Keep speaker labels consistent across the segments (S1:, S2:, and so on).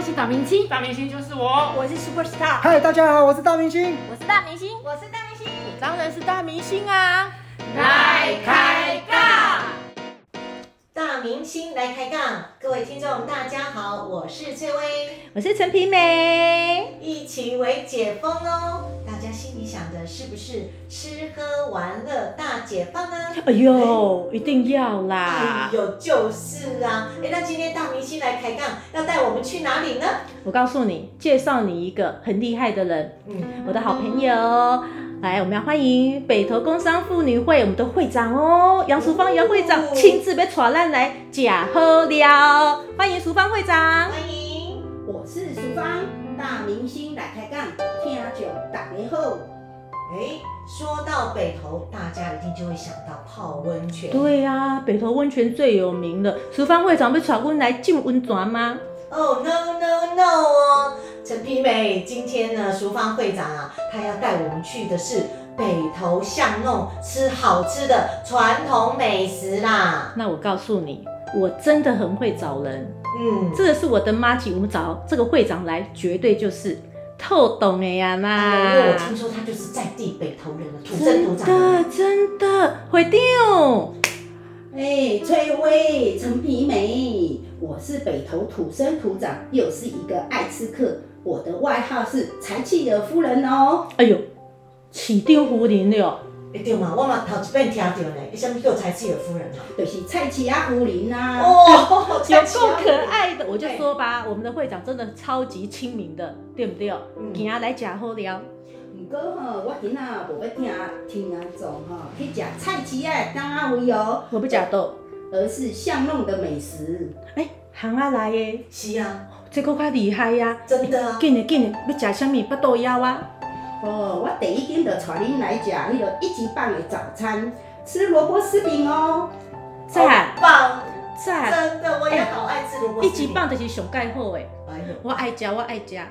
S1: 是大明星，
S2: 大明星就是我，
S3: 我是 super star，
S4: 嗨，大家好，我是大明星。
S3: 我是大明星，我是大明星，当然是大明星啊！
S1: 来开杠。
S5: 大明星来开杠，各位听众大家好，我是翠薇，
S3: 我是陈皮梅，
S5: 一起为解封哦。大家心里想的是不是吃喝玩乐大解放呢？
S3: 哎呦，一定要啦
S5: 哎！呦，就是啊。哎，那今天大明星来开杠，要带我们去哪里呢？
S3: 我告诉你，介绍你一个很厉害的人，
S5: 嗯，
S3: 我的好朋友。来，我们要欢迎北投工商妇女会我们的会长哦，杨淑芳杨会长
S5: 哦
S3: 亲自被传烂来假喝了，欢迎淑芳会长。
S5: 欢迎。
S1: 我是淑芳，大明星来开杠，听酒打家后。
S5: 哎，说到北投，大家一定就会想到泡温泉。，
S3: 对呀、北投温泉最有名了，淑芳会长被传过来浸温泉吗？
S5: 哦、no no no 哦，陈皮美，今天呢，淑芳会长啊，她要带我们去的是北投巷弄吃好吃的传统美食啦。
S3: 那我告诉你，我真的很会找人，
S5: 嗯，
S3: 这个是我的妈吉，我们找这个会长来，绝对就是透懂的呀
S5: 哎因为我听
S3: 啦。
S5: 说她就是在地北投人的啊土生
S3: 真
S5: 土长的
S3: 的真的会掉，
S1: 哎，翠微，陈皮梅，我是北投土生土长，又是一个爱吃客。我的外号是柴契尔夫人哦。
S3: 哎呦，起丢胡林了，
S5: 哎对嘛，我嘛头一遍听到呢，你什么叫柴契尔夫人啊？
S1: 就是蔡奇啊，胡林啊。
S5: 哦，
S3: 有
S5: 柴契
S3: 够
S5: 尔夫
S3: 可
S5: 人
S3: 爱的。我就说吧，我们的会长真的超级亲民的，对不对？
S5: 嗯
S3: 今仔来吃好料，
S1: 毋过吼，我今仔无要听听阿总吼去食菜市啊当阿位哦，
S3: 我不吃豆，
S1: 而是巷弄的美食。
S3: 哎，行啊来耶，
S5: 是啊，
S3: 这个较厉害呀、
S5: 真的啊。
S3: 紧嘞紧嘞，要食啥物？巴肚枵啊！
S1: 哦，我第一间就带恁来食迄个一级棒的早餐，吃萝卜丝饼哦。
S3: 赞
S5: 好棒，
S3: 赞！
S5: 真哦的，我也好爱吃萝卜丝
S3: 一
S5: 饼
S3: 级棒就是上盖好诶，
S5: 哎呦，
S3: 我爱食，我爱食。啊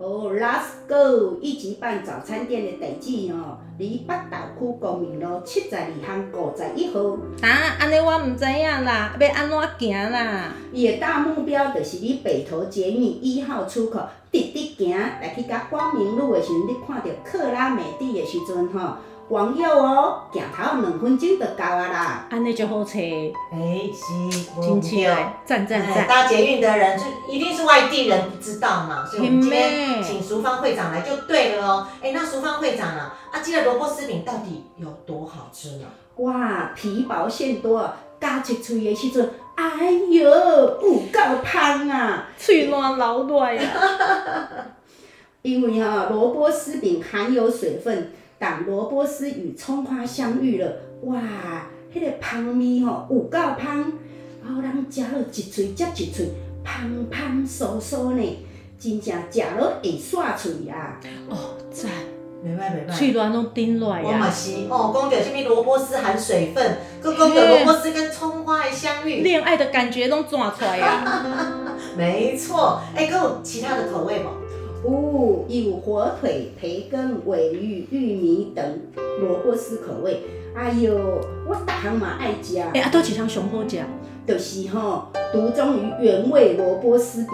S1: 哦，Let's go！一级棒早餐店的地址哦，离北斗区公园路七十二巷五十一号。
S3: 啊，安尼我毋知影啦，要安怎行啦？
S1: 伊的大目标就是你北投捷运一号出口直直行，来去到光明路的时阵，你看到克拉美蒂的时阵吼，往右哦，行头两分钟就到啊啦。
S3: 安尼就好找，
S5: 哎是，
S3: 真正诶，赞赞
S5: 哎
S3: 赞！
S5: 搭捷运的人就一定是外地人，不知道嘛，所以我们今
S3: 嘿
S5: 天
S3: 妹
S5: 请淑芳会长来就对了哦。哎，那淑芳会长啊，啊，这个萝卜丝饼到底有多好吃呢？
S1: 哇，皮薄馅多，咬一喙的时阵，哎哟，有够香啊！
S3: 喙烂流落啊！
S1: 因为哈、萝卜丝饼含有水分，当萝卜丝与葱花相遇了，哇，迄、个香味吼、有够香，然后人食落一喙接一喙，香香酥酥呢，真正食落会煞喙啊！
S3: 哦，赞！
S5: 明白明白。
S3: 喙烂拢顶落
S5: 我嘛
S3: 啊！
S5: 是哦，讲到这边萝卜丝含水分，佮讲到萝卜丝跟葱花的相遇，
S3: 恋爱的感觉拢转出来 啊！
S5: 没错。哎，佮有其他的口味无？
S1: 哦，有火腿、培根、尾鱼、玉米等萝卜丝口味。哎哟，我逐项嘛爱食，
S3: 哎，啊，倒一项上好食？
S1: 就是吼、独钟于原味萝卜丝饼。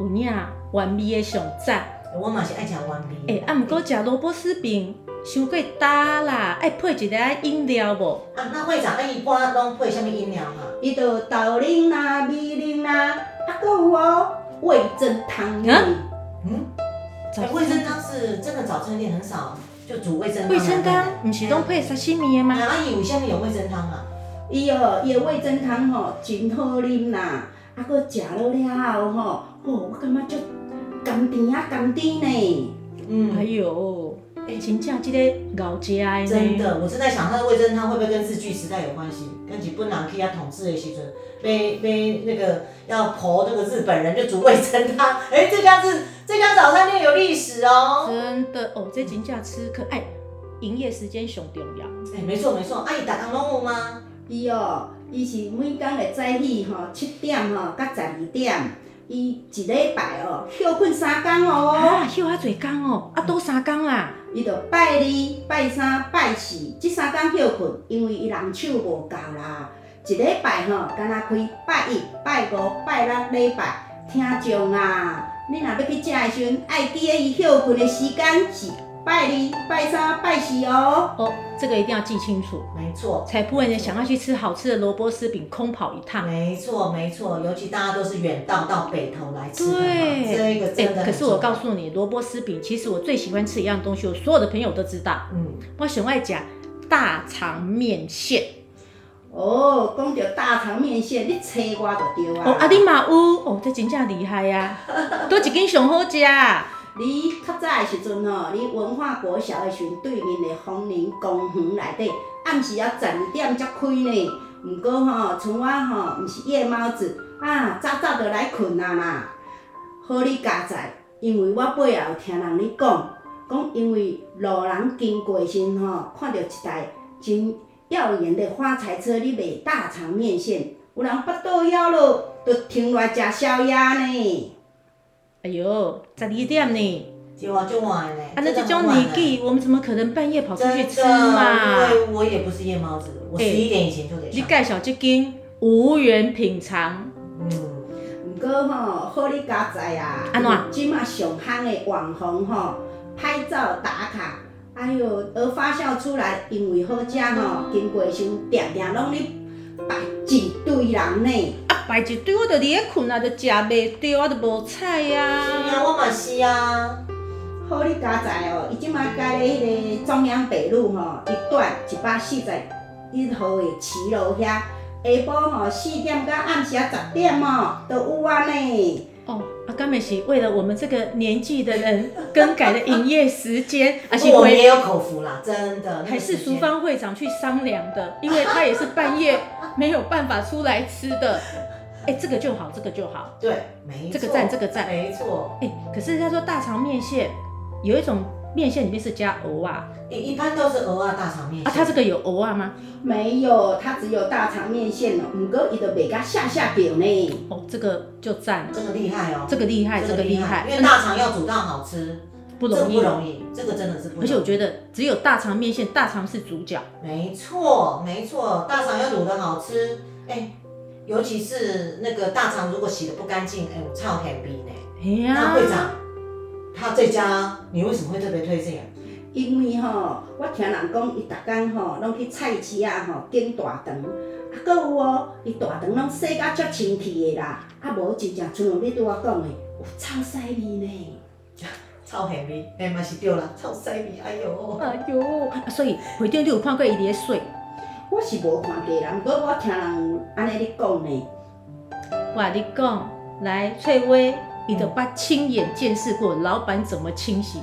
S3: 有影完美的上赞。
S5: 我嘛是爱食丸
S3: 哎
S5: 米。，
S3: 啊，毋过食萝卜丝饼伤过焦啦，爱配一个饮料无？
S5: 啊，那会长，啊，一般拢配什么饮料啊嘛？
S1: 伊就豆奶啦、米奶啦，啊，搁有哦味增汤呢。
S5: 嗯，
S3: 早
S5: 哎，
S3: 餐
S5: 味噌汤是真的早餐店很少就煮味噌汤。
S3: 味噌汤，
S5: 嗯
S3: 毋是拢配沙西米的
S5: 啊，
S3: 吗？
S5: 阿姨，有下面有味噌汤啊？
S1: 伊哦，伊的味增汤吼真好啉啦，啊，搁食落了后吼，哦，我感觉足甘甜啊，甘甜呢。
S3: 哎
S5: 嗯，
S3: 哟，真正即个熬食的
S5: 真
S3: 呢，
S5: 的，我正在想，那个味噌汤会不会跟日据时代有关系？跟日本人去啊统治的时阵，被被那个要刨那个日本人就煮味噌汤。 哎、这家是这家早餐店有历史哦。
S3: 真的哦，这真正吃可爱，营业时间上重要。
S5: 哎、没错没错，阿姨打工拢有吗？
S1: 伊哦，伊是每天的早起吼七点吼到十二点，伊一礼拜哦休困三工哦，
S3: 啊，休啊侪工哦，啊倒三工啦，
S1: 伊就拜二、拜三、拜四，即三工休困，因为伊人手无够啦。一礼拜吼，敢若开拜一、拜五、拜六礼拜，听众啊，你若要去食的时阵，爱记咧伊休困的时间是拜二、拜三、拜四哦。
S3: 哦，这个一定要记清楚，
S5: 没错，
S3: 才不会想要去吃好吃的萝卜丝饼空跑一趟。
S5: 没错，没错，尤其大家都是远道到北投来吃的嘛，
S3: 对
S5: 这个真的、
S3: 哎可是我告，诉你，萝卜丝饼其实我最喜欢吃一样东西，我所有的朋友都知道，
S5: 嗯，
S3: 我喜欢讲大肠面线。
S1: 哦，讲到大肠面线，你找我就对啊。
S3: 哦，阿你嘛有哦，这真正厉害呀、啊，都一斤上好食啊。
S1: 你较早的时阵吼，你文化国小的时阵，对面的枫林公园内底，暗时啊十二点才开呢。毋过吼，像我吼，毋是夜猫子啊，早早就来困啊啦。好你加载，因为我背后有听人咧讲，讲因为路人经过的时阵吼，看到一台真耀眼的发财车咧卖大肠面线，有人腹肚枵咯，就停落来食宵夜呢。
S3: 哎呦，十二点呢，
S5: 就啊就晚嘞，
S3: 啊，那这
S5: 真的
S3: 种
S5: 很晚
S3: 年
S5: 嘞
S3: 纪，我们怎么可能半夜跑出去
S5: 真
S3: 吃
S5: 的
S3: 嘛？
S5: 因为我也不是夜猫子，我
S3: 哎
S5: 十一点以前就得
S3: 你
S5: 上，
S3: 介绍这间无缘品尝，
S5: 嗯，
S1: 毋过吼，好你加载啊！
S3: 安怎
S1: 即马上夯的网红吼，拍照打卡，哎哟，而发酵出来，因为好食
S3: 嗯
S1: 吼，经过的时阵，定定拢咧排一堆人呢。
S3: 啊，排一堆我就伫咧困啊，就食袂着，我就无菜
S5: 是
S3: 啊。
S5: 啊，我嘛是啊，
S1: 好你加载哦，伊即马改咧迄个中央北路吼，一段一百四十一号的骑楼遐，下晡吼四点到暗时啊十点哦，都有啊呢。
S3: 哦，啊，甘美是为了我们这个年纪的人更改的营业时 间，而且
S5: 我们也
S3: 回
S5: 有口福啦，真的，那个
S3: 还是
S5: 时间
S3: 淑芳会长去商量的，因为他也是半夜没有办法出来吃 的。哎、这个就好，这个就好。
S5: 对，没
S3: 这个
S5: 错
S3: 赞这个赞
S5: 没错，
S3: 哎、可是他说大肠面线有一种面线里面是加藕啊，
S5: 一一般都是鹅啊大肠面
S3: 啊，
S5: 线，
S3: 他这个有藕啊吗？
S1: 没有，它只有大肠面线哦，毋过伊都袂甲下下掉呢。
S3: 哦，这个就赞了，
S5: 这个厉害哦，
S3: 这个厉害，这个厉
S5: 因
S3: 害，
S5: 为大肠要煮到好吃，
S3: 不
S5: 这
S3: 容
S5: 个
S3: 易
S5: 不。容易，这个真的是不容易。
S3: 而且我觉得只有大肠面线，大肠是主角。
S5: 没错，没错，大肠要卤的好吃，哎、尤其是那个大肠如果洗的不干净，哎、我超 happy 呢。
S3: 哎呀
S5: 那会长，他这家你为什么会特别推荐啊？
S1: 因为吼、我听人讲，伊逐工吼拢去菜市啊吼拣大肠，啊，搁有哦，伊大肠拢洗甲足清气的啦，啊无真正像你拄我讲的，有臭屎味呢。
S5: 超 happy，哎、嘛是对啦，超塞米，哎呦，
S3: 哎呦，啊所以回店你有看过伊伫咧水，
S1: 我是无看过啦，毋过我听人有安尼咧讲呢。
S3: 我跟你讲，来翠微，伊就把亲眼见识过老板怎么清洗。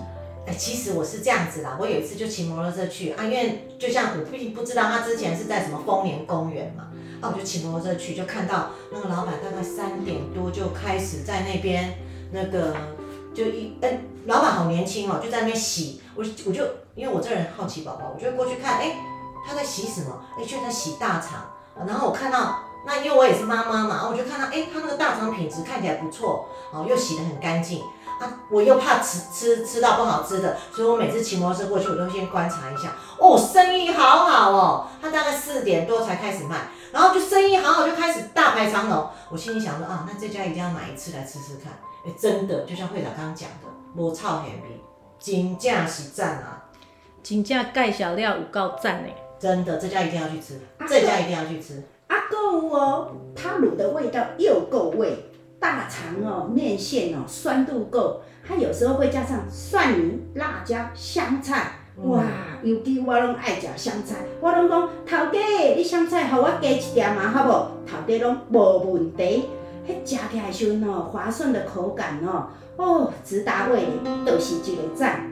S5: 哎、其实我是这样子啦，我有一次就骑摩托车去啊，因为就像我并不知道他之前是在什么丰年公园嘛，啊，我就骑摩托车去，就看到那个老板大概三点多就开始在那边那个就一哎、老板好年轻哦，就在那边洗，我就我就因为我这人好奇宝宝，我就过去看，哎、他在洗什么？哎、居然在洗大肠，啊然后我看到。那因为我也是妈妈嘛，啊我就看到，哎、他那个大肠品质看起来不错，哦，又洗得很干净，啊，我又怕吃吃吃到不好吃的，所以我每次骑摩托车过去，我都先观察一下。哦，生意好好哦，他大概四点多才开始卖，然后就生意好好，就开始大排长龙。我心里想说啊，那这家一定要买一次来吃吃看。哎，真的，就像会长刚刚讲的，我操 happy，金价实战啊，
S3: 真正盖小料有够赞诶！
S5: 真的，这家一定要去吃
S1: 啊，
S5: 这家一定要去吃。
S1: 啊，搁有哦，它卤的味道又够味，大肠哦，面线哦，酸度够，它有时候会加上蒜泥、辣椒、香菜。
S5: 嗯
S1: 哇，尤其我拢爱食香菜，我拢讲头家，你香菜互我加一点嘛，好无？头家拢无问题。迄食起来的时阵哦，滑顺的口感哦，哦，直达胃里，就是一个赞。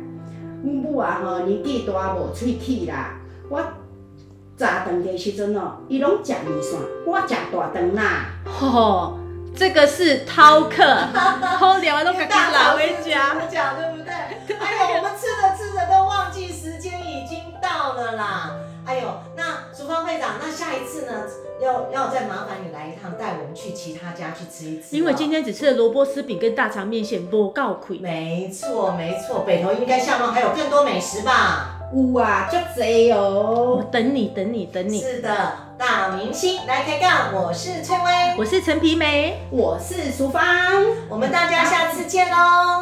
S1: 阮母啊吼，年纪大无喙齿啦，我早顿的时阵哦，伊拢食面线，我食大肠啦。
S3: 吼、这个是饕 客，饕聊完都给他拿回家。
S5: 大家对不对？哎呦，我们吃着吃着都忘记时间已经到了啦。哎呦，那淑芳会长，那下一次呢，要要再麻烦你来一趟，带我们去其他家去吃一吃哦、
S3: 因为今天只吃了萝卜丝饼跟大肠面线，无够亏。
S5: 没错没错，北投应该巷弄还有更多美食吧？
S1: 有啊，足济
S3: 我
S1: 哦。
S3: 等你，等你，等你。
S5: 是的，大明星来开杠，我是翠薇，
S3: 我是陈皮梅。
S1: 我是淑芳，
S5: 我们大家下次见喽。